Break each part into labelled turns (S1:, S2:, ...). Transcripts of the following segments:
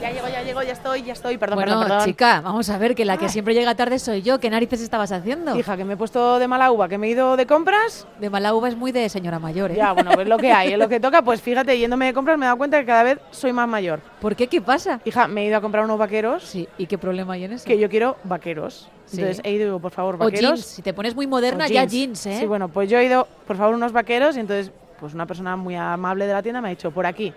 S1: ya llego, ya llego, ya estoy, ya estoy, perdón,
S2: bueno,
S1: perdón, perdón.
S2: chica, vamos a ver, que la que siempre llega tarde soy yo. ¿Qué narices estabas haciendo?
S1: Hija, que me he puesto de mala uva, que me he ido de compras.
S2: De mala uva es muy de señora mayor, ¿eh?
S1: Ya, bueno, pues lo que hay, es lo que toca. Pues fíjate, yéndome de compras me he dado cuenta que cada vez soy más mayor.
S2: ¿Por qué? ¿Qué pasa?
S1: Hija, me he ido a comprar unos vaqueros,
S2: Sí, ¿y qué problema hay en eso?
S1: que yo quiero vaqueros.
S2: Sí.
S1: Entonces he ido, y digo, por favor,
S2: o
S1: vaqueros.
S2: jeans, si te pones muy moderna,
S1: O
S2: ya jeans, ¿eh?
S1: Sí, bueno, pues yo he ido, por favor, unos vaqueros y entonces, pues una persona muy amable de la tienda me ha dicho, por aquí.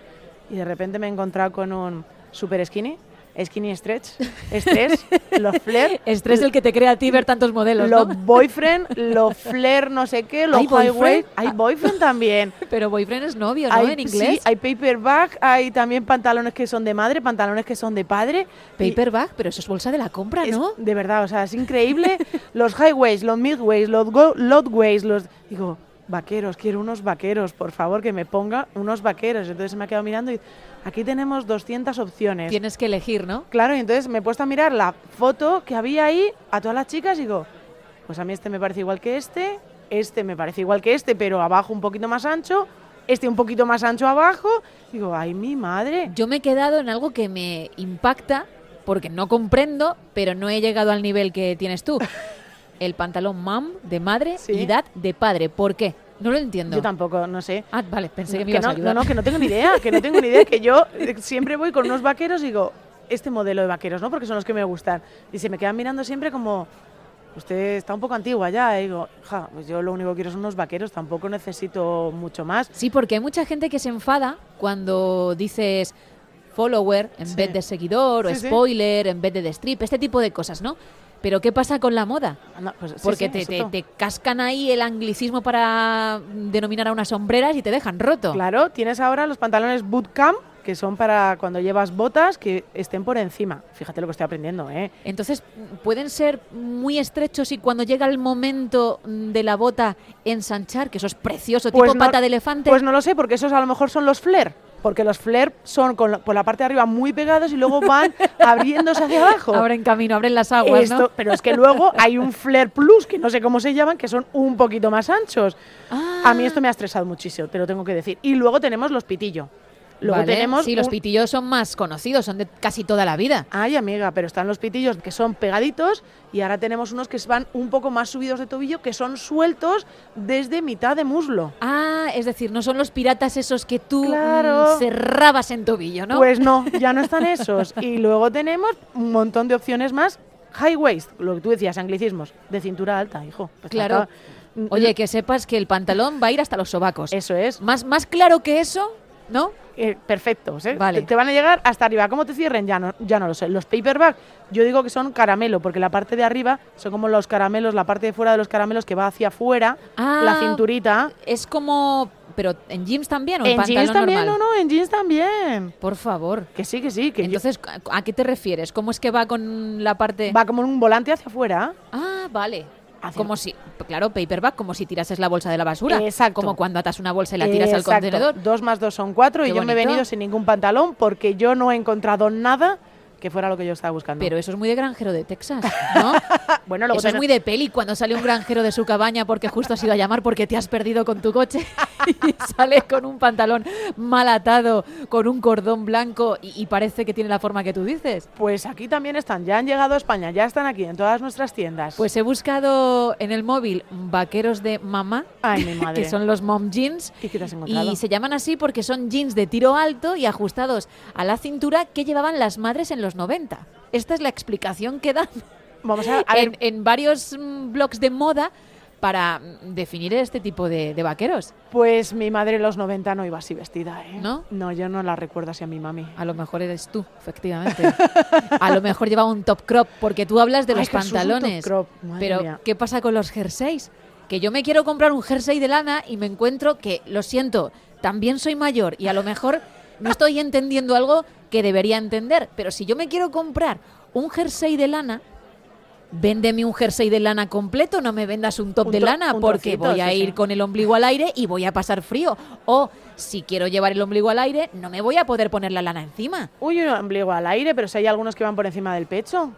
S1: Y de repente me he encontrado con un super skinny, skinny stretch, estrés, los flair,
S2: Estrés el que te crea a ti ver tantos modelos,
S1: los
S2: ¿no?
S1: boyfriend, los flair no sé qué, los
S2: ¿Hay
S1: high
S2: boyfriend? Ah.
S1: waist, hay boyfriend también.
S2: Pero boyfriend es novio, ¿no?
S1: Hay,
S2: en
S1: Sí,
S2: inglés.
S1: hay paperback, hay también pantalones que son de madre, pantalones que son de padre. y-
S2: Paperback, pero eso es bolsa de la compra,
S1: es-
S2: ¿no?
S1: de verdad, o sea, es increíble. los highways, los midways, los go- lotways, los... Digo, vaqueros, quiero unos vaqueros, por favor, que me ponga unos vaqueros. Entonces se me ha quedado mirando y aquí tenemos 200 opciones.
S2: Tienes que elegir, ¿no?
S1: Claro, y entonces me he puesto a mirar la foto que había ahí a todas las chicas y digo, pues a mí este me parece igual que este, este me parece igual que este, pero abajo un poquito más ancho, este un poquito más ancho abajo. Digo, ay, mi madre.
S2: Yo me he quedado en algo que me impacta porque no comprendo, pero no he llegado al nivel que tienes tú. El pantalón mam de madre
S1: Sí.
S2: y dad de padre. ¿Por qué? No lo entiendo.
S1: Yo tampoco, no sé.
S2: Ah, vale, pensé que
S1: que
S2: me ibas
S1: no,
S2: a ayudar.
S1: no, no, que no tengo ni idea, que no tengo ni idea, que yo eh, siempre voy con unos vaqueros y digo, este modelo de vaqueros, ¿no? Porque son los que me gustan. Y se me quedan mirando siempre como, usted está un poco antigua ya. Y digo, ja, pues yo lo único que quiero son unos vaqueros, tampoco necesito mucho más.
S2: Sí, porque hay mucha gente que se enfada cuando dices follower en
S1: Sí.
S2: vez de seguidor o
S1: Sí, sí.
S2: spoiler en vez de, de strip, este tipo de cosas, ¿no? Pero ¿qué pasa con la moda?
S1: Anda, pues sí,
S2: Porque
S1: sí,
S2: te- te,
S1: exacto.
S2: te cascan ahí el anglicismo para denominar a unas sombreras y te dejan roto.
S1: Claro, tienes ahora los pantalones bootcamp, que son para cuando llevas botas que estén por encima. Fíjate lo que estoy aprendiendo, ¿eh?
S2: Entonces, pueden ser muy estrechos y cuando llega el momento de la bota ensanchar, que eso es precioso, tipo
S1: no-
S2: pata de elefante.
S1: Pues no lo sé, porque esos a lo mejor son los flair. Porque los flair son con la- por la parte de arriba muy pegados y luego van abriéndose hacia abajo.
S2: abren camino, abren las aguas,
S1: Esto-
S2: ¿no?
S1: Pero es que luego hay un flair plus, que no sé cómo se llaman, que son un poquito más anchos. A
S2: Ah.
S1: mí esto me ha estresado muchísimo, te lo tengo que decir. Y luego tenemos los pitillo. Luego
S2: Vale,
S1: tenemos
S2: sí, los
S1: un-
S2: pitillos son más conocidos, son de casi toda la vida.
S1: Ay, amiga, pero están los pitillos que son pegaditos y ahora tenemos unos que van un poco más subidos de tobillo, que son sueltos desde mitad de muslo.
S2: Ah, es decir, no son los piratas esos que tú
S1: Claro.
S2: mm, cerrabas en tobillo, ¿no?
S1: Pues no, ya no están esos. Y luego tenemos un montón de opciones más. High waist, lo que tú decías, anglicismos, de cintura alta, hijo. Pues
S2: Claro.
S1: acaba- Mm,
S2: Oye, que sepas que el pantalón va a ir hasta los sobacos.
S1: Eso es.
S2: Más, más claro que eso, ¿no?
S1: Eh, perfectos, ¿eh?
S2: Vale.
S1: Te, te van a llegar hasta arriba. ¿Cómo te cierren? Ya no, ya no lo sé. Los paperback, yo digo que son caramelo, porque la parte de arriba son como los caramelos, la parte de fuera de los caramelos que va hacia afuera,
S2: Ah,
S1: la cinturita.
S2: Es como... Pero en jeans también o en,
S1: en
S2: pantalón
S1: jeans también,
S2: normal.
S1: no, no, en jeans también.
S2: Por favor.
S1: Que sí, que sí, que yo-
S2: Entonces, ¿a- ¿a qué te refieres? ¿Cómo es que va con la parte...?
S1: va como en un volante hacia afuera.
S2: Ah, vale.
S1: Hacia-
S2: Como si, claro, paperback, como si tirases la bolsa de la basura.
S1: Exacto.
S2: Como cuando atas una bolsa y la tiras
S1: Exacto.
S2: al contenedor.
S1: Dos más dos son cuatro y
S2: Qué
S1: yo me he
S2: bonito.
S1: venido sin ningún pantalón porque yo no he encontrado nada que fuera lo que yo estaba buscando. Ah,
S2: Pero eso es muy de granjero de Texas, ¿no?
S1: bueno, luego
S2: eso es
S1: tenemos-
S2: muy de peli cuando sale un granjero de su cabaña porque justo has ido a llamar porque te has perdido con tu coche y sale con un pantalón mal atado, con un cordón blanco y, y parece que tiene la forma que tú dices.
S1: Pues aquí también están, ya han llegado a España, ya están aquí en todas nuestras tiendas.
S2: Pues he buscado en el móvil vaqueros de mamá,
S1: Ay, mi madre.
S2: que son los mom jeans,
S1: ¿Y qué te has encontrado?
S2: Y se llaman así porque son jeans de tiro alto y ajustados a la cintura que llevaban las madres en los 90. Esta es la explicación que dan
S1: Vamos a, a
S2: en,
S1: ver,
S2: en varios mm, blogs de moda para mm, definir este tipo de, de vaqueros.
S1: pues mi madre en los 90 no iba así vestida, ¿eh?
S2: ¿No?
S1: No, yo no la recuerdo así a mi mami.
S2: A lo mejor eres tú, efectivamente. A lo mejor llevaba un top crop porque tú hablas de
S1: Ay,
S2: los
S1: Jesús, un top
S2: pantalones.
S1: crop, madre
S2: pero
S1: mía.
S2: ¿qué pasa con los jerseys? Que yo me quiero comprar un jersey de lana y me encuentro que, lo siento, también soy mayor y a lo mejor no estoy entendiendo algo que debería entender. Pero si yo me quiero comprar un jersey de lana, véndeme un jersey de lana completo, no me vendas un top
S1: Un
S2: de
S1: to-
S2: lana
S1: un
S2: porque
S1: trocito,
S2: voy a
S1: sí,
S2: ir
S1: sí.
S2: con el ombligo al aire y voy a pasar frío. O si quiero llevar el ombligo al aire, no me voy a poder poner la lana encima.
S1: Uy, un ombligo al aire, pero si hay algunos que van por encima del pecho,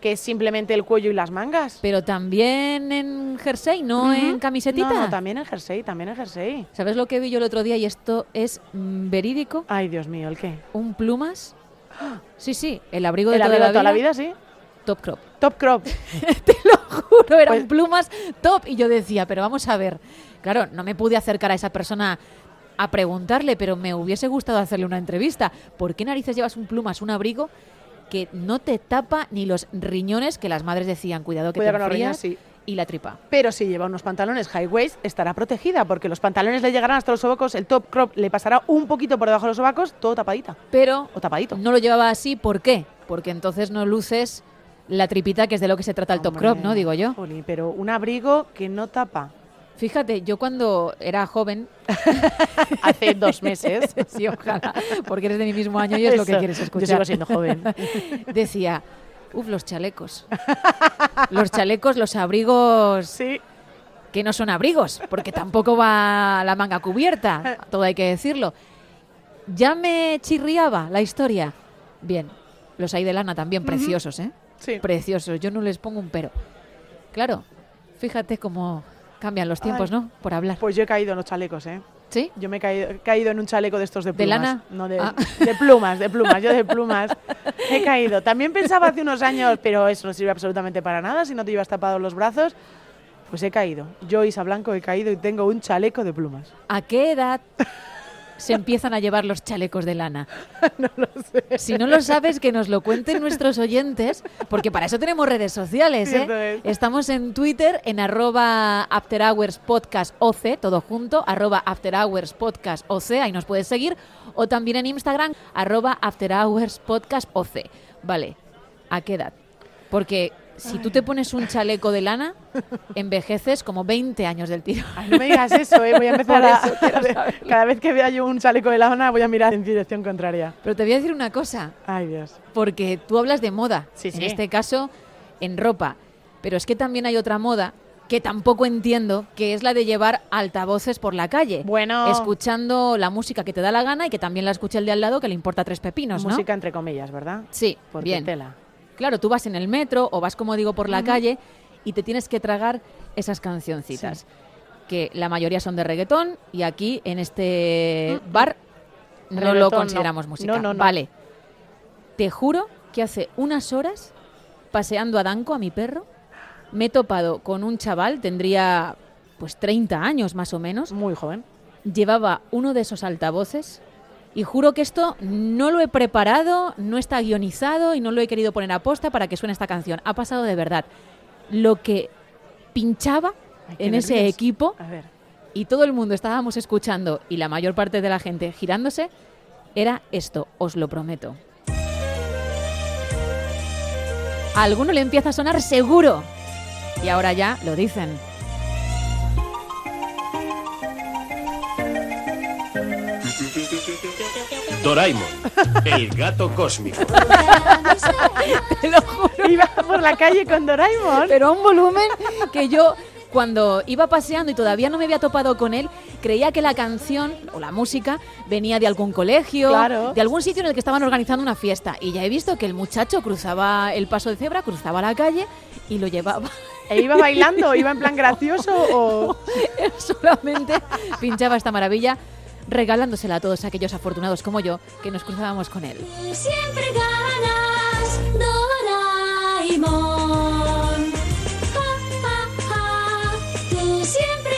S1: que es simplemente el cuello y las mangas.
S2: Pero también en jersey, no en camisetita.
S1: No, no, también en jersey, también en jersey.
S2: ¿Sabes lo que vi yo el otro día? Y esto es mm, verídico.
S1: Ay, Dios mío, ¿el qué?
S2: Un plumas Sí, sí, el abrigo de
S1: El
S2: toda,
S1: abrigo
S2: la,
S1: toda la
S2: vida,
S1: vida, sí.
S2: Top crop.
S1: Top crop.
S2: Te lo juro, eran
S1: Pues-
S2: plumas top. Y yo decía, pero vamos a ver. Claro, no me pude acercar a esa persona a preguntarle, pero me hubiese gustado hacerle una entrevista. ¿Por qué narices llevas un plumas, un abrigo que no te tapa ni los riñones que las madres decían, cuidado que
S1: Cuidado
S2: te
S1: con los riñones,
S2: enfrías,
S1: sí.
S2: y la tripa?
S1: Pero si lleva unos pantalones high waist, estará protegida, porque los pantalones le llegarán hasta los sobacos, el top crop le pasará un poquito por debajo de los sobacos, todo tapadita.
S2: Pero
S1: O tapadito.
S2: no lo llevaba así, ¿por qué? Porque entonces no luces la tripita, que es de lo que se trata el top
S1: Hombre,
S2: crop, ¿no? Digo yo.
S1: jolín, pero un abrigo que no tapa.
S2: Fíjate, yo cuando era joven,
S1: Hace dos meses.
S2: sí, ojalá, porque eres de mi mismo año y es lo que
S1: Eso.
S2: quieres escuchar.
S1: Yo sigo siendo joven.
S2: decía, uff, los chalecos. Los chalecos, los abrigos
S1: Sí.
S2: que no son abrigos, porque tampoco va la manga cubierta, todo hay que decirlo. Ya me chirriaba la historia. Bien, los hay de lana también, preciosos, ¿eh?
S1: Sí.
S2: Preciosos, yo no les pongo un pero. Claro, fíjate cómo cambian los tiempos,
S1: Ay.
S2: ¿no? Por hablar.
S1: Pues yo he caído en los chalecos, ¿eh.
S2: ¿Sí?
S1: Yo me he caído, he caído en un chaleco de estos de
S2: ¿De
S1: plumas.
S2: lana?
S1: No, de,
S2: Ah.
S1: de plumas, de plumas, yo de plumas. He caído. También pensaba hace unos años, pero eso no sirve absolutamente para nada si no te llevas tapados los brazos. Pues he caído. Yo, Isa Blanco, he caído y tengo un chaleco de plumas.
S2: ¿A qué edad se empiezan a llevar los chalecos de lana? No lo sé. Si no lo sabes, que nos lo cuenten nuestros oyentes, porque para eso tenemos redes sociales. ¿eh?
S1: Cierto es.
S2: Estamos en Twitter, en arroba After Hours Podcast OC, todo junto, arroba After Hours Podcast OC, ahí nos puedes seguir, o también en Instagram, arroba After Hours Podcast OC. Vale, ¿a qué edad? Porque si tú te pones un chaleco de lana, envejeces como 20 años del tiro.
S1: Ay, no me digas eso, ¿eh? voy a empezar
S2: Por
S1: a.
S2: eso quiero saberlo.
S1: cada vez que vea yo un chaleco de lana, voy a mirar en dirección contraria.
S2: Pero te voy a decir una cosa,
S1: Ay, Dios.
S2: porque tú hablas de moda,
S1: Sí,
S2: en
S1: sí.
S2: este caso en ropa, pero es que también hay otra moda que tampoco entiendo, que es la de llevar altavoces por la calle,
S1: Bueno.
S2: escuchando la música que te da la gana y que también la escucha el de al lado que le importa tres pepinos, ¿no?
S1: Música entre comillas, ¿verdad?
S2: Sí,
S1: Porque
S2: bien.
S1: tela.
S2: Claro, tú vas en el metro o vas, como digo, por la calle y te tienes que tragar esas cancioncitas, que la mayoría son de reggaetón y aquí en este bar no lo
S1: Reggaetón, no.
S2: consideramos música.
S1: No, no, no.
S2: Vale, te juro que hace unas horas, paseando a Danco, a mi perro, me he topado con un chaval, tendría pues 30 años más o menos,
S1: Muy joven.
S2: llevaba uno de esos altavoces y juro que esto no lo he preparado, no está guionizado y no lo he querido poner a posta para que suene esta canción. Ha pasado de verdad. Lo que pinchaba
S1: Ay, qué
S2: en ese
S1: nervios.
S2: equipo
S1: A ver.
S2: y todo el mundo estábamos escuchando y la mayor parte de la gente girándose era esto, os lo prometo. A alguno le empieza a sonar seguro. Y ahora ya lo dicen.
S3: Doraemon, el gato cósmico.
S2: Te lo juro.
S1: Iba por la calle con Doraemon.
S2: pero a un volumen que yo cuando iba paseando y todavía no me había topado con él, creía que la canción o la música venía de algún colegio,
S1: Claro.
S2: de algún sitio en el que estaban organizando una fiesta. Y ya he visto que el muchacho cruzaba el paso de cebra, cruzaba la calle y lo llevaba.
S1: ¿E iba bailando? ¿Iba en plan gracioso o.?
S2: Solamente pinchaba esta maravilla, regalándosela a todos aquellos afortunados como yo que nos cruzábamos con él.
S4: Siempre ganas, Doraemon. Ja, ja, ja. Tú siempre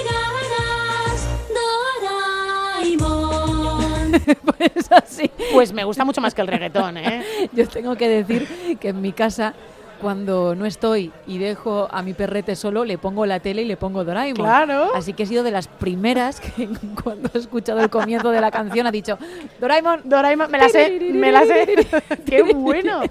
S4: ganas, Doraemon.
S2: Pues así.
S1: Pues me gusta mucho más que el reggaetón, ¿eh?
S2: Yo tengo que decir que en mi casa, cuando no estoy y dejo a mi perrete solo, le pongo la tele y le pongo Doraemon.
S1: Claro.
S2: Así que he sido de las primeras que cuando he escuchado el comienzo de la canción ha dicho Doraemon.
S1: Doraemon, me la sé, me la sé. ¡Qué bueno!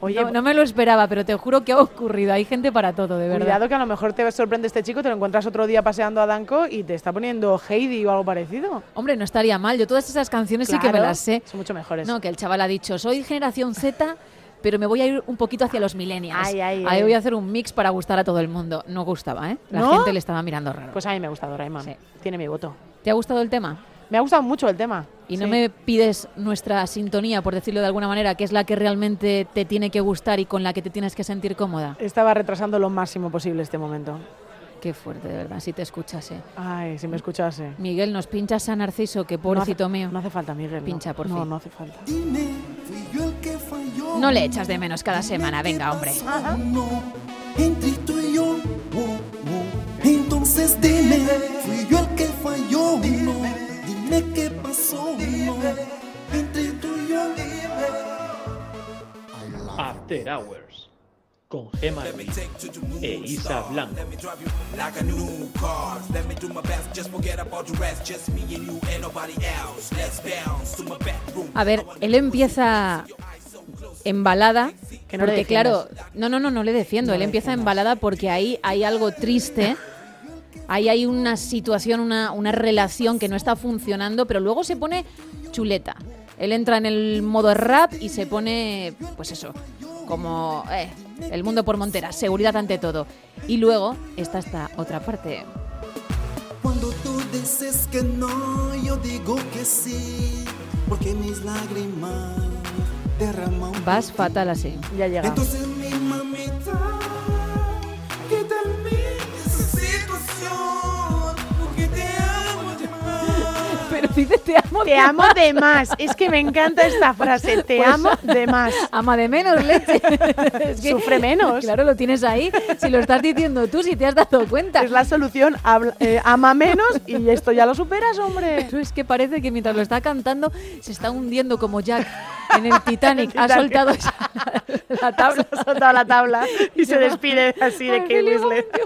S1: Oye,
S2: no, no me lo esperaba, pero te juro que ha ocurrido. Hay gente para todo, de verdad.
S1: cuidado que a lo mejor te sorprende este chico, te lo encuentras otro día paseando a Danco y te está poniendo Heidi o algo parecido.
S2: Hombre, no estaría mal. Yo todas esas canciones sí que me
S1: Claro,
S2: las sé.
S1: Son mucho mejores.
S2: No, que el chaval ha dicho, soy generación Z, pero me voy a ir un poquito hacia los millennials.
S1: Ay, ay,
S2: Ahí
S1: ay.
S2: voy a hacer un mix para gustar a todo el mundo. No gustaba, ¿eh? La
S1: ¿No?
S2: gente le estaba mirando raro.
S1: Pues a mí me gusta Doraemon.
S2: Sí.
S1: Tiene mi voto.
S2: ¿Te ha gustado el tema?
S1: Me ha gustado mucho el tema.
S2: Y no
S1: Sí.
S2: me pides nuestra sintonía, por decirlo de alguna manera, que es la que realmente te tiene que gustar y con la que te tienes que sentir cómoda.
S1: Estaba retrasando lo máximo posible este momento.
S2: Qué fuerte, de verdad, si te eh. escuchase.
S1: Ay, si me escuchase.
S2: Miguel, nos pinchas a Narciso, que
S1: No hace-
S2: pobrecito mío.
S1: No hace falta, Miguel. no.
S2: Pincha, por
S1: No,
S2: fin.
S1: no hace falta.
S5: Dime, fui yo el que
S2: No le echas de menos cada semana, venga, hombre.
S5: No, entre tú y yo. oh, oh. Entonces dime, fui yo el que falló. No, dime qué pasó. No, entre tú y yo.
S6: After Hours con Gema Ruiz e Isa Blanco.
S2: A ver, él empieza en balada.
S1: Que no le
S2: porque,
S1: defiendas.
S2: claro, no, no, no, no le defiendo. él empieza en balada porque ahí hay algo triste. Ahí hay una situación, una, una relación que no está funcionando, pero luego se pone chuleta. Él entra en el modo rap y se pone, pues eso, como eh, el mundo por montera, seguridad ante todo. Y luego está esta otra parte.
S5: Cuando tú dices que no, yo digo que sí. Porque mis lágrimas derraman. por
S2: Vas
S5: ti.
S2: fatal así.
S1: Ya llega.
S5: Entonces mi mamita, quítame esa situación, porque te amo de más.
S2: Pero dice te amo.
S1: Te amo de más. Es que me encanta esta frase. Te
S2: Pues-
S1: amo de más.
S2: Ama de menos leche. Es
S1: Sufre menos.
S2: Claro, lo tienes ahí. Si lo estás diciendo tú, si te has dado cuenta.
S1: Es la solución. habla- eh, ama menos y esto ya lo superas, hombre.
S2: Pero es que parece que mientras lo está cantando se está hundiendo como Jack en el Titanic. ha
S1: Titanic.
S2: soltado esa- la, tabla.
S1: Se ha soltado la tabla y se despide así
S2: I
S1: de Kate
S2: really
S1: Winslet.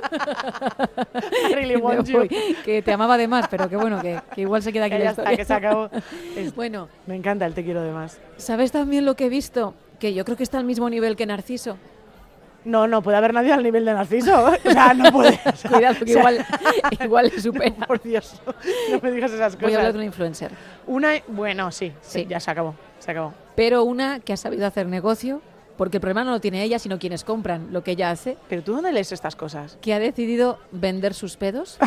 S1: I
S2: Y
S1: really
S2: me
S1: want you.
S2: voy, que te amaba de más, pero que bueno, que, que igual se queda aquí
S1: Que
S2: la
S1: ya está,
S2: historia.
S1: que se acabó. Es-
S2: Bueno,
S1: Me encanta el te quiero de más.
S2: ¿sabes también lo que he visto? Que yo creo que está al mismo nivel que Narciso.
S1: No, no puede haber nadie al nivel de Narciso. O sea, no puede. o sea,
S2: Cuidado, que
S1: o sea,
S2: igual, igual le supera.
S1: Por Dios, no me digas esas
S2: Voy a hablar
S1: cosas.
S2: de una influencer.
S1: Una, bueno, sí,
S2: Sí.
S1: sí, ya se acabó, se acabó.
S2: pero una que ha sabido hacer negocio, porque el problema no lo tiene ella, sino quienes compran lo que ella hace,
S1: Pero tú dónde lees estas cosas?
S2: que ha decidido vender sus pedos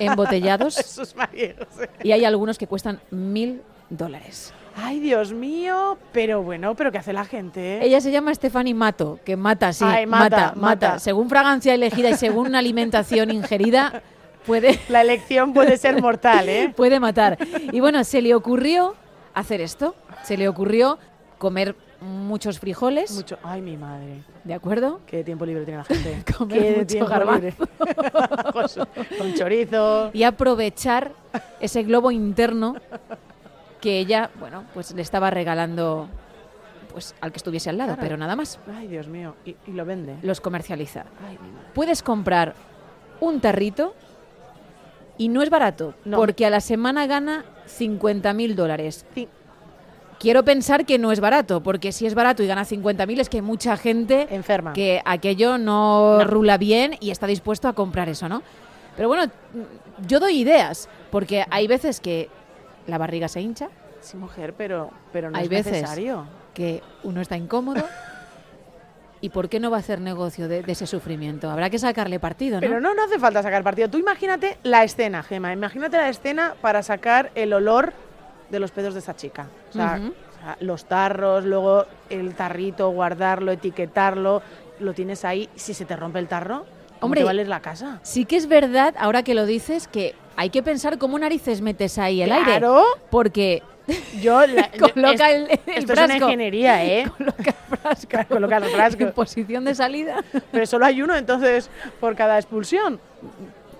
S2: embotellados
S1: Sus maridos. eh.
S2: y hay algunos que cuestan mil dólares.
S1: Ay, Dios mío, pero bueno, pero ¿qué hace la gente? eh?
S2: Ella se llama Stephanie Mato, que mata, sí,
S1: Ay,
S2: mata,
S1: mata,
S2: mata.
S1: mata.
S2: Según fragancia elegida y según alimentación ingerida, puede...
S1: La elección puede ser mortal, ¿eh?
S2: puede matar. Y bueno, se le ocurrió hacer esto. Se le ocurrió comer muchos frijoles,
S1: Mucho. Ay, mi madre.
S2: ¿de acuerdo?
S1: Qué tiempo libre tiene la gente.
S2: Comer
S1: Qué
S2: mucho garbanzo.
S1: Josu, Con chorizo.
S2: y aprovechar ese globo interno que ella, bueno, pues le estaba regalando pues al que estuviese al lado,
S1: Claro.
S2: pero nada más
S1: Ay, Dios mío. Y, y lo vende.
S2: los comercializa.
S1: Ay, mi madre.
S2: Puedes comprar un tarrito y no es barato,
S1: No.
S2: porque a la semana gana 50 mil dólares.
S1: Sí.
S2: Quiero pensar que no es barato, porque si es barato y gana 50 mil es que hay mucha gente
S1: Enferma.
S2: que aquello no,
S1: Ah. No.
S2: rula bien y está dispuesto a comprar eso, ¿no? Pero bueno, mm, yo doy ideas, porque hay veces que la barriga se hincha,
S1: Sí, mujer, pero, pero no
S2: Hay
S1: es
S2: veces.
S1: necesario.
S2: que uno está incómodo. ¿Y por qué no va a hacer negocio de, de ese sufrimiento? Habrá que sacarle partido, ¿no?
S1: Pero no, no hace falta sacar partido. Tú imagínate la escena, Gema. Imagínate la escena para sacar el olor de los pedos de esa chica. O sea,
S2: Ujú.
S1: o sea, los tarros, luego el tarrito, guardarlo, etiquetarlo. Lo tienes ahí. Si se te rompe el tarro, ¿cómo
S2: Hombre,
S1: te vales la casa?
S2: Sí que es verdad, ahora que lo dices, que hay que pensar cómo narices metes ahí el aire.
S1: Claro.
S2: Porque
S1: Yo la-
S2: coloca
S1: es-
S2: el, el
S1: Esto es una
S2: frasco.
S1: ingeniería, ¿eh?
S2: Coloca el frasco.
S1: Coloca el frasco.
S2: En posición de salida.
S1: Pero solo hay uno, entonces, por cada expulsión.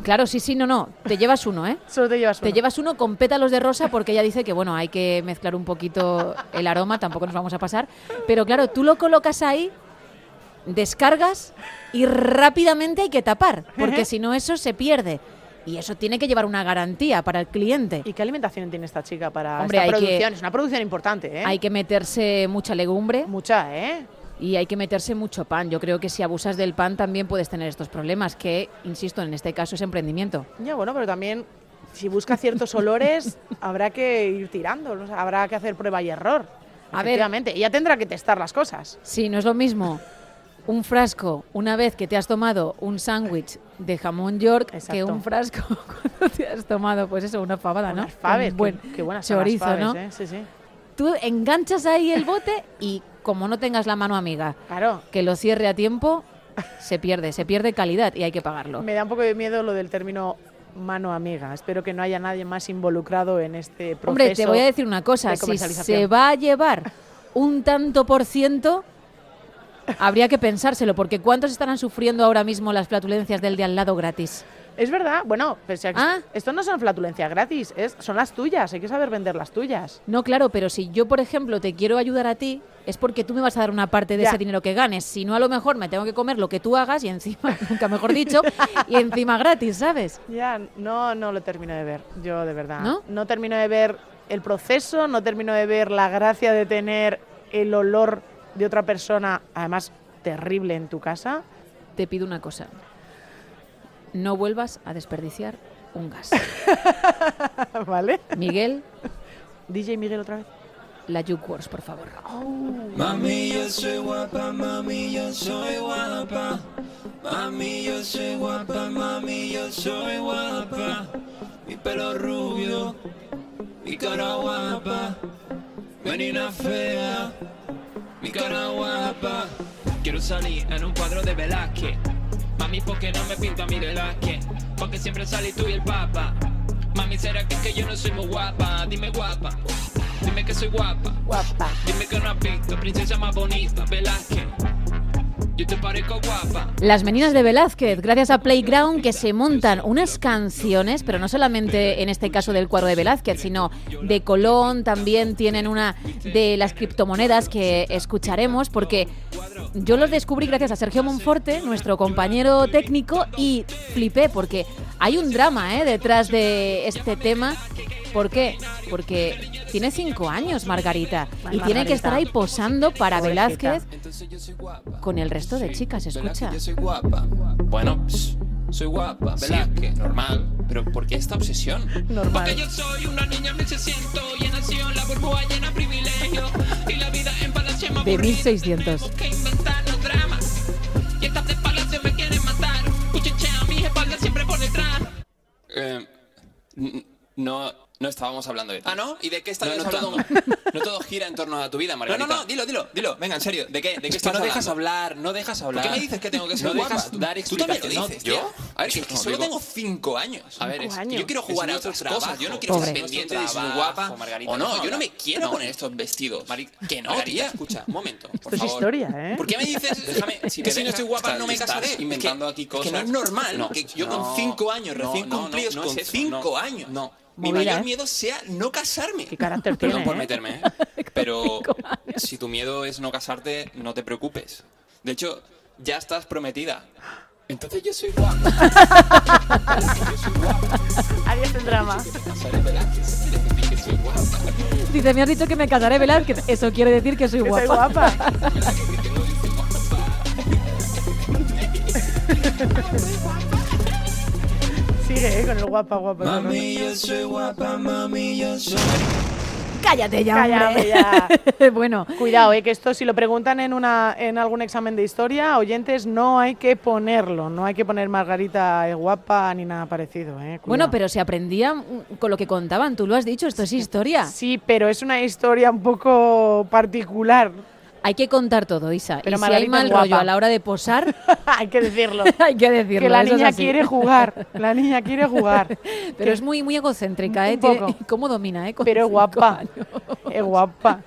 S2: Claro, sí, sí, no, no. Te llevas uno, ¿eh?
S1: Solo te llevas uno.
S2: Te llevas uno con pétalos de rosa porque ella dice que, bueno, hay que mezclar un poquito el aroma, tampoco nos vamos a pasar. Pero claro, tú lo colocas ahí, descargas y rápidamente hay que tapar, porque si no eso se pierde. Y eso tiene que llevar una garantía para el cliente.
S1: ¿Y qué alimentación tiene esta chica para
S2: Hombre,
S1: esta
S2: hay que-
S1: producción? Es una producción importante, ¿eh?
S2: Hay que meterse mucha legumbre
S1: Mucha, ¿eh?
S2: y hay que meterse mucho pan. Yo creo que si abusas del pan también puedes tener estos problemas, que, insisto, en este caso es emprendimiento.
S1: Ya, bueno, pero también si busca ciertos olores, habrá que ir tirando, ¿no? O sea, habrá que hacer prueba y error.
S2: A ver.
S1: Efectivamente, ella tendrá que testar las cosas.
S2: Sí, no es lo mismo un frasco una vez que te has tomado un sándwich de jamón York que
S1: Exacto.
S2: un frasco cuando te has tomado, pues eso, una fabada, ¿no?
S1: Unas faves,
S2: Un buen
S1: qué, qué buenas son las
S2: chorizo,
S1: faves,
S2: ¿no?
S1: ¿eh? Sí, sí.
S2: Tú enganchas ahí el bote y como no tengas la mano amiga
S1: Claro.
S2: que lo cierre a tiempo, se pierde, se pierde calidad y hay que pagarlo.
S1: Me da un poco de miedo lo del término mano amiga. Espero que no haya nadie más involucrado en este proceso.
S2: Hombre, te voy a decir una cosa,
S1: de
S2: si
S1: comercialización.
S2: se va a llevar un tanto por ciento, habría que pensárselo, porque ¿cuántos estarán sufriendo ahora mismo las flatulencias del de al lado gratis?
S1: Es verdad, bueno, pero si-
S2: Ah.
S1: esto no son flatulencias gratis, es, son las tuyas, hay que saber vender las tuyas.
S2: No, claro, pero si yo, por ejemplo, te quiero ayudar a ti, es porque tú me vas a dar una parte de
S1: Ya.
S2: ese dinero que ganes. Si no, a lo mejor me tengo que comer lo que tú hagas y encima, nunca mejor dicho, y encima gratis, ¿sabes?
S1: Ya, no, no lo termino de ver, yo de verdad.
S2: ¿No?
S1: termino de ver el proceso, no termino de ver la gracia de tener el olor de otra persona, además terrible en tu casa.
S2: Te pido una cosa. No vuelvas a desperdiciar un gas.
S1: ¿Vale?
S2: Miguel,
S1: DJ Miguel otra vez.
S2: la Juke Wars, por favor.
S7: Mami, yo soy guapa, mami, yo soy guapa. Mami, yo soy guapa, mami, yo soy guapa. Mi pelo rubio, mi cara guapa. Menina fea, mi cara guapa. Quiero salir en un cuadro de Velázquez. Mami, ¿por qué no me pinto a mi Velázquez? Porque siempre salí tú y el papa. Mami, ¿será que es que yo no soy muy guapa? Dime guapa, dime que soy guapa.
S1: Guapa.
S7: Dime que no has visto, princesa más bonita, Velázquez. Yo te parezco guapa.
S2: Las meninas de Velázquez, gracias a Playground, que se montan unas canciones, pero no solamente en este caso del cuadro de Velázquez, sino de Colón, también tienen una de las criptomonedas que escucharemos, porque yo los descubrí gracias a Sergio Monforte, nuestro compañero técnico, y flipé, porque hay un drama ¿eh? detrás de este tema. ¿Por qué? Porque tiene cinco años Margarita y
S1: Margarita.
S2: tiene que estar ahí posando para
S1: Pobrecita.
S2: Velázquez con el resto de chicas, escucha.
S7: Velázquez, yo soy guapa. Bueno, pss, soy guapa, Velázquez, normal. Pero ¿por qué esta obsesión?
S1: Normal.
S7: Porque yo soy una niña, me se siento y he nacido en la burbuja llena de privilegio. Y la vida en palacio es más
S2: De
S7: aburrida.
S2: 1600.
S7: que inventar los dramas. Y estas de palacio me quieren matar. Cuchichea a mis espaldas siempre por detrás. Eh, n- no, no estábamos hablando de ti. Ah, ¿no? ¿Y de qué estabas hablando? no todo gira en torno a tu vida, Margarita. No, no, no, dilo, dilo, dilo. Venga, en serio. ¿De qué? ¿De qué estás no dejas hablar, no dejas hablar. ¿Por qué me dices que tengo que ser no dejas dar explicaciones. ¿Tú también lo dices, ¿Yo? A ver, que, que solo tengo cinco años. A ver,
S1: Cinco
S7: es-
S1: años.
S7: yo quiero jugar a otras cosas. Yo no quiero
S2: Pobre.
S7: estar pendiente de si soy guapa o no. Yo no me quiero poner estos vestidos. que no, tía. Escucha, un momento, por
S1: Esto es historia, ¿eh?
S7: ¿Por qué me dices déjame, si que si no estoy guapa no me casaré? Inventando aquí cosas. Que no es normal que yo con cinco años, recién cumplidos con cinco años, no. mi
S2: Movida,
S7: mayor
S2: ¿eh?
S7: miedo sea no casarme.
S1: Qué carácter tiene.
S8: Perdón por
S1: ¿eh?
S8: meterme, ¿eh? pero si tu miedo es no casarte, no te preocupes. De hecho, ya estás prometida.
S7: Entonces yo soy guapa.
S1: Adiós el drama.
S2: Dice, me has dicho que me casaré, Velázquez. Eso quiere decir que soy
S1: Que
S2: guapa.
S1: soy guapa. Sigue eh, con el guapa, guapa. guapa.
S2: Cállate ya,
S1: Cállate
S2: hombre. bueno,
S1: Cuidado, eh, que esto si lo preguntan en, una, en algún examen de historia, oyentes, no hay que ponerlo. No hay que poner Margarita eh, guapa ni nada parecido. Eh, cuidado.
S2: bueno, pero se aprendía mm, con lo que contaban. Tú lo has dicho, esto es historia.
S1: Sí, pero es una historia un poco particular.
S2: Hay que contar todo, Isa.
S1: Pero
S2: y si
S1: Margarita
S2: hay mal
S1: es guapa.
S2: rollo a la hora de posar,
S1: hay que decirlo.
S2: hay que decirlo.
S1: que la
S2: eso es
S1: niña
S2: así.
S1: quiere jugar. La niña quiere jugar.
S2: Pero es muy, muy egocéntrica, ¿eh?
S1: Un
S2: Tiene-
S1: poco.
S2: ¿Cómo domina, eh? Con
S1: Pero es
S2: cinco
S1: guapa.
S2: años.
S1: Es guapa.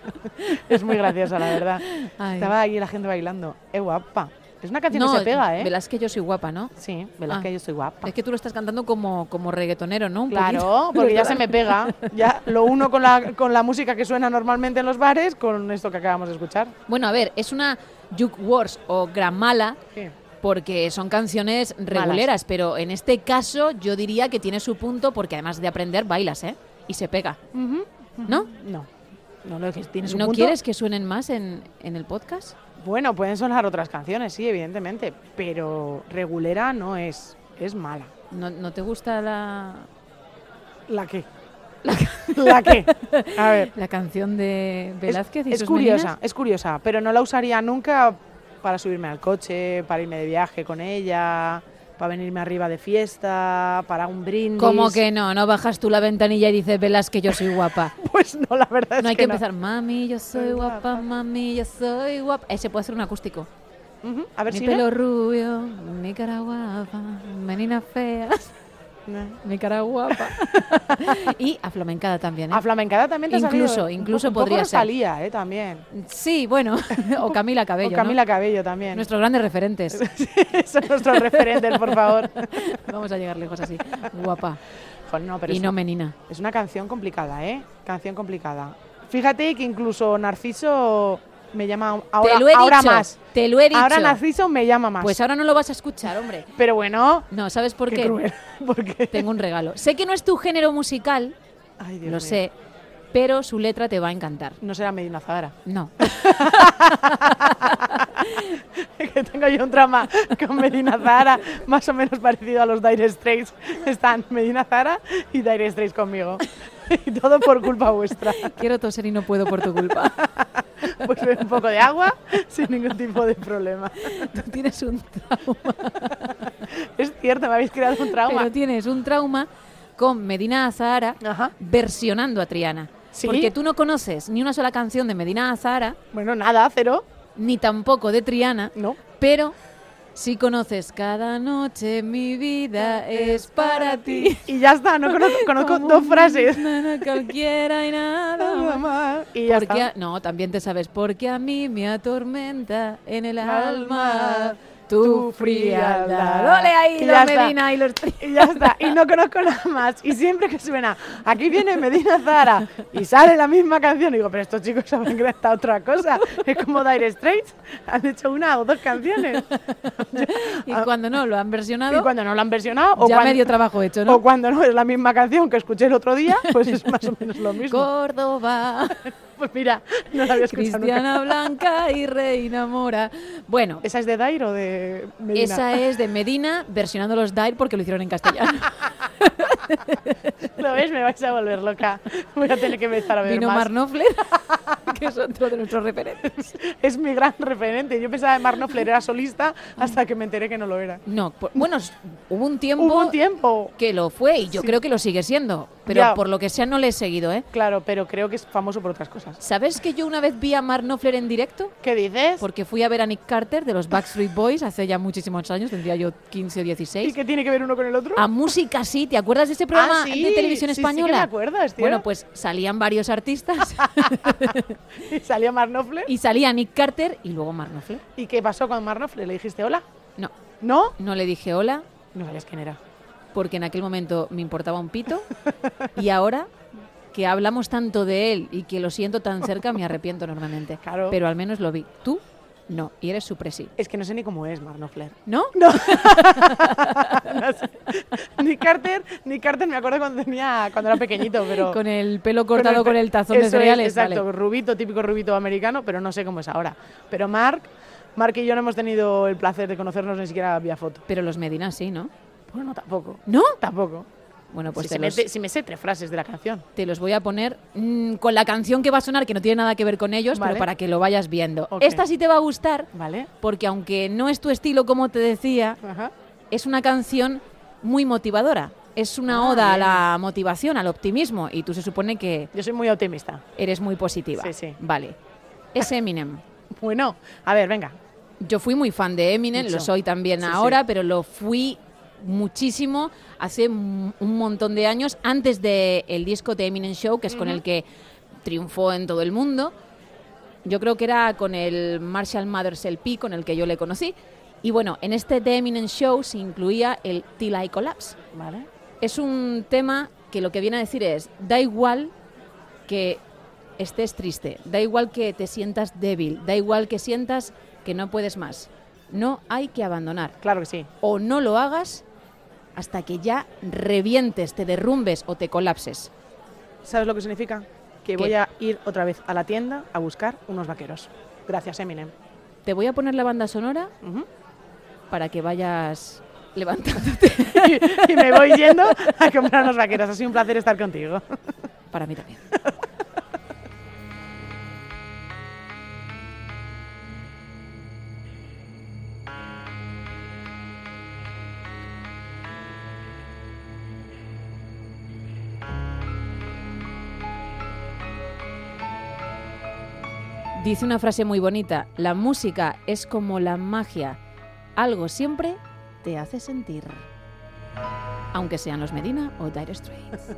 S1: Es muy graciosa, la verdad.
S2: Ay.
S1: Estaba ahí la gente bailando. Es guapa. Es una canción que se pega, ¿eh?
S2: Velás que yo soy guapa, ¿no?
S1: Sí, verás
S2: Ah.
S1: que yo soy guapa.
S2: Es que tú lo estás cantando como, como reggaetonero, ¿no? Un
S1: Claro,
S2: poquito.
S1: porque ya se me pega. Ya lo uno con la, con la música que suena normalmente en los bares con esto que acabamos de escuchar.
S2: Bueno, a ver, es una Juke Wars o Gramala,
S1: Sí.
S2: porque son canciones reguleras, pero en este caso yo diría que tiene su punto porque además de aprender bailas, ¿eh? Y se pega, ¿no?
S1: No. No lo que tienes un
S2: ¿No
S1: punto.
S2: quieres que suenen más en, en el podcast?
S1: Bueno, pueden sonar otras canciones, sí, evidentemente. Pero regulera no es. Es mala.
S2: ¿No, no te gusta la,
S1: ¿La qué? ¿La qué? A ver.
S2: la canción de Velázquez?
S1: es,
S2: y
S1: es
S2: sus
S1: curiosa,
S2: meninas?
S1: es curiosa, pero no la usaría nunca para subirme al coche, para irme de viaje con ella, para venirme arriba de fiesta, para un brindis.
S2: ¿Cómo que no? No bajas tú la ventanilla y dices, Velázquez, yo soy guapa.
S1: Pues no, la verdad es
S2: No hay que
S1: no.
S2: empezar, mami, yo soy
S1: Soy
S2: guapa,
S1: guapa".
S2: mami, yo soy guapa. Ese puede ser un acústico.
S1: Ujú, A ver
S2: Mi
S1: si
S2: pelo rubio, mi cara guapa, menina fea. Mi cara guapa. y aflamencada también. ¿eh?
S1: A Flamencada también te ha
S2: Incluso,
S1: salido.
S2: incluso
S1: Un poco
S2: podría ser.
S1: Rosalía, eh, también.
S2: sí, bueno. o Camila Cabello.
S1: o
S2: ¿no?
S1: Camila Cabello también.
S2: Nuestros grandes referentes.
S1: Son nuestros referentes, por favor.
S2: Vamos a llegar lejos así. Guapa.
S1: Joder, no, pero
S2: y
S1: es-
S2: no menina.
S1: Es una canción complicada, ¿eh? Canción complicada. Fíjate que incluso Narciso me llama ahora,
S2: te lo he
S1: ahora
S2: dicho.
S1: más.
S2: Te lo he dicho.
S1: Ahora Narciso me llama más.
S2: Pues ahora no lo vas a escuchar, hombre.
S1: Pero bueno,
S2: No, ¿sabes por
S1: qué,
S2: qué?
S1: cruel. Porque,
S2: Tengo un regalo. Sé que no es tu género musical,
S1: Ay, Dios
S2: lo
S1: mío.
S2: sé, pero su letra te va a encantar.
S1: No será Medina Zahara.
S2: No.
S1: que tengo yo un trama con Medina Zahara, más o menos parecido a los Dire Straits. Están Medina Zahara y Dire Straits conmigo. Y todo por culpa vuestra.
S2: Quiero toser y no puedo por tu culpa.
S1: Pues bebe un poco de agua sin ningún tipo de problema.
S2: Tú tienes un trauma.
S1: Es cierto, me habéis creado un trauma.
S2: Pero tienes un trauma con Medina Azahara
S1: Ajá.
S2: versionando a Triana.
S1: Sí.
S2: Porque tú no conoces ni una sola canción de Medina Azahara,
S1: Bueno, nada, cero.
S2: ni tampoco de Triana,
S1: No.
S2: pero sí conoces Cada noche mi vida es para ti.
S1: Y ya está, no conozco, conozco
S2: Como
S1: dos
S2: un
S1: frases.
S2: nana cualquiera y nada más.
S1: Y ya
S2: Porque a-
S1: está.
S2: no, también te sabes, porque a mí me atormenta en el
S1: Alma,
S2: alma tu
S1: tu frialdad.
S2: frialdad. ¡Ole ahí,
S1: Y
S2: la
S1: ya está.
S2: Medina y los tri-
S1: Y ya está, y no conozco nada más. Y siempre que suena, aquí viene Medina Zara y sale la misma canción, digo, pero estos chicos saben que esta otra cosa. Es como Dire Straits, han hecho una o dos canciones.
S2: Y cuando no, lo han versionado,
S1: Y cuando no la han versionado, o,
S2: ya
S1: cuando,
S2: medio trabajo hecho,
S1: o
S2: ¿no?
S1: cuando no es la misma canción que escuché el otro día, pues es más o menos lo mismo.
S2: Córdoba,
S1: Pues mira, no la había escuchado nunca.
S2: Cristiana Blanca y Reina Mora. Bueno,
S1: ¿Esa es de Dire o de Medina?
S2: esa es de Medina versionando los Dire porque lo hicieron en castellano.
S1: ¿Lo ves? Me vais a volver loca. Voy a tener que empezar a ver
S2: Vino
S1: más.
S2: Marnofler, que es otro de nuestros referentes.
S1: Es mi gran referente. Yo pensaba que Mark Knopfler era solista hasta que me enteré que no lo era.
S2: No, por- bueno, s- hubo un tiempo
S1: Hubo un tiempo,
S2: que lo fue y yo
S1: Sí.
S2: creo que lo sigue siendo, pero
S1: Ya.
S2: por lo que sea no le he seguido, ¿eh?
S1: claro, pero creo que es famoso por otras cosas.
S2: ¿Sabes que yo una vez vi a Mark Knopfler en directo?
S1: ¿Qué dices?
S2: Porque fui a ver a Nick Carter de los Backstreet Boys hace ya muchísimos años, tendría yo 15
S1: ¿Y
S2: o 16.
S1: qué tiene que ver uno con el otro? Ah,
S2: A Música Sí, ¿te acuerdas de ese Ah, programa
S1: sí,
S2: de televisión
S1: sí, sí que me
S2: española?
S1: acuerdo, es
S2: bueno,
S1: cierto.
S2: pues salían varios artistas
S1: Y salía Mark Knopfler.
S2: y salía Nick Carter y luego Mark Knopfler.
S1: ¿Y qué pasó con Mark Knopfler? ¿Le dijiste hola?
S2: No,
S1: ¿No?
S2: no le dije hola
S1: No sabías quién era.
S2: porque en aquel momento me importaba un pito y ahora que hablamos tanto de él y que lo siento tan cerca me arrepiento normalmente.
S1: Claro.
S2: Pero al menos lo vi. Tú no, y eres súper sí.
S1: Es que no sé ni cómo es Mark Knopfler.
S2: ¿No?
S1: No. No sé. Ni Carter, ni Carter me acuerdo cuando tenía cuando era pequeñito, pero
S2: Con el pelo cortado con el, tazón de
S1: Eso es,
S2: cereales.
S1: exacto,
S2: vale.
S1: rubito, típico rubito americano, pero no sé cómo es ahora. Pero Mark, Mark y yo no hemos tenido el placer de conocernos ni siquiera vía foto.
S2: Pero los Medina sí, ¿no?
S1: Bueno, tampoco.
S2: ¿No?
S1: Tampoco.
S2: Bueno, pues
S1: si,
S2: te,
S1: se me
S2: los,
S1: te- si me sé tres frases de la canción.
S2: te los voy a poner mm, con la canción que va a sonar, que no tiene nada que ver con ellos,
S1: Vale.
S2: pero para que lo vayas viendo.
S1: Ok.
S2: Esta sí te va a gustar,
S1: ¿Vale?
S2: porque aunque no es tu estilo, como te decía,
S1: Ajá.
S2: es una canción muy motivadora. Es una
S1: Ah,
S2: oda
S1: bien.
S2: a la motivación, al optimismo, y tú se supone que
S1: Yo soy muy optimista.
S2: eres muy positiva.
S1: Sí, sí.
S2: Vale. Es Eminem.
S1: Bueno, a ver, venga.
S2: Yo fui muy fan de Eminem,
S1: Mucho.
S2: lo soy también
S1: Sí,
S2: ahora, pero lo fui muchísimo hace m- un montón de años, antes del el disco de Eminem Show, que es con el que triunfó en todo el mundo. Yo creo que era con el Marshall Mathers LP, con el que yo le conocí. Y bueno, en este The Eminem Show se incluía el Till I Collapse.
S1: ¿Vale?
S2: Es un tema que lo que viene a decir es, da igual que estés triste, da igual que te sientas débil, da igual que sientas que no puedes más. No hay que abandonar.
S1: Claro que sí.
S2: O no lo hagas hasta que ya revientes, te derrumbes o te colapses.
S1: ¿Sabes lo que significa? Que
S2: ¿Qué?
S1: voy a ir otra vez a la tienda a buscar unos vaqueros. Gracias, Eminem.
S2: Te voy a poner la banda sonora
S1: Ujú.
S2: para que vayas levantándote.
S1: y me voy yendo a comprar unos vaqueros. Ha sido un placer estar contigo.
S2: Para mí también. Dice una frase muy bonita, la música es como la magia, algo siempre te hace sentir. aunque sean los Medina o Dire Straits.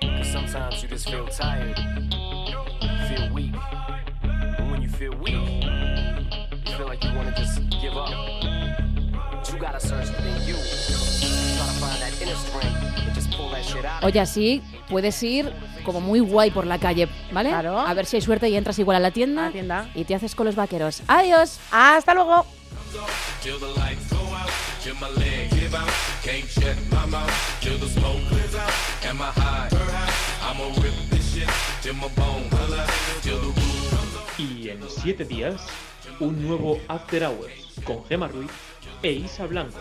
S9: Cause sometimes you just feel tired, feel weak. And when you feel weak, you feel like you wanna just give up. But you gotta search within you. Try to find that inner strength and just pull that shit out.
S2: Oye, así puedes ir como muy guay por la calle, ¿vale?
S1: Claro.
S2: A ver si hay suerte y entras igual a la tienda,
S1: A la tienda.
S2: y te haces con los vaqueros. ¡Adiós!
S1: Hasta luego.
S7: Till the lights go out, till my leg give out, can't shut my mouth, till the smoke clears out, and my high, her high. I'ma rip this shit till my bone color, till the roof.
S6: Y en siete días, un nuevo After Hours con Gema Ruiz e Isa Blanco.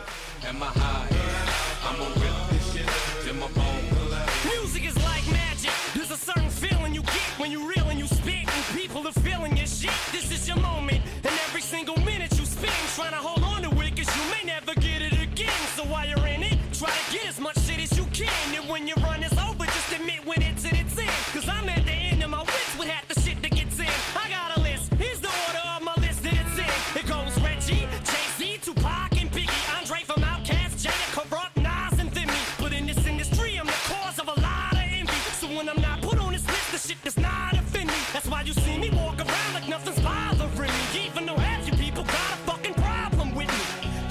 S9: Music is like magic. There's a certain feeling you get when you reel and you spit, and people are feeling your shit. This is your moment, and every single minute you spend trying to hold on to it, cause you may never get it again. So while you're in it, try to get as much shit as you can. And when your run is over, just admit when it's at its end. Cause I'm at the end of my wits with half the shit that gets in. I got a list, here's the order of my list that it's in. It goes Reggie, Jay Z, Tupac, and Biggie, Andre from Outkast, Jada, Corrupt, Nas, and Thimmy. But in this industry, I'm the cause of a lot of envy. So when I'm not put on this list, the shit does not offend me. That's why you see me walk around like nothing's bothering me. Even though half you people got a fucking problem with me.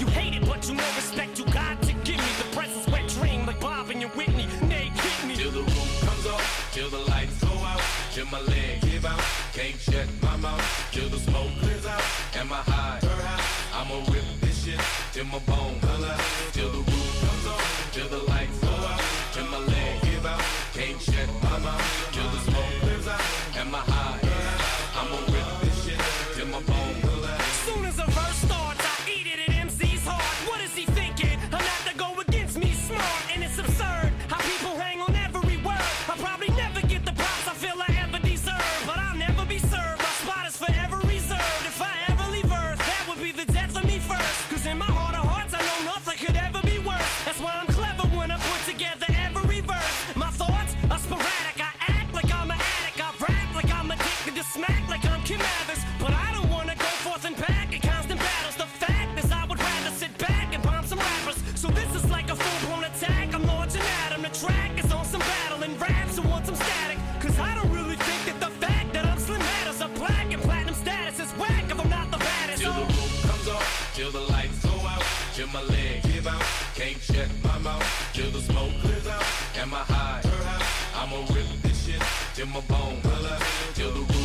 S9: You hate it, but you know respect you got to give me. The press is wet dream like Bob and your Whitney. Nay, hit me.
S7: Till the roof comes off, till the lights go out, till my leg give out, can't shut my mouth, till the smoke clears out, and my high, her high. I'ma rip this shit till my bone color, till the roof comes off, till the lights go out, till my leg give out, can't shut my mouth, till the smoke clears out, and my high, her high. I'ma rip this shit till my bone color.
S9: Soon as a verse starts, I eat it at MC's heart. What is he thinking? I'm not to go against me smart, and it's absurd how people hang on every word. I probably never get the props I feel I ever deserve, but I'll never be served. My spot is forever reserved. If I ever leave Earth, that would be the death of me first. Cause in my heart of hearts, I know nothing could ever be worse. That's why I'm clever when I put together every verse. My thoughts are sporadic. I act like I'm an addict. I rap like I'm addicted to smack like I'm Kim Mathers. But I don't wanna go forth and back in constant battles. The fact is, I would rather sit back and bomb some rappers. So this is like a full blown attack. I'm launching at 'em. The track is on some battle and raps who want some static. Cause I don't really think that the fact that I'm slim matters. A black and platinum status is whack if I'm not the baddest.
S7: Till the
S9: Oh.
S7: roof comes off, till the lights go out, till my leg give out, can't shut my mouth, till the smoke clears out, and my high, I'ma rip this shit, till my bone color, till the roof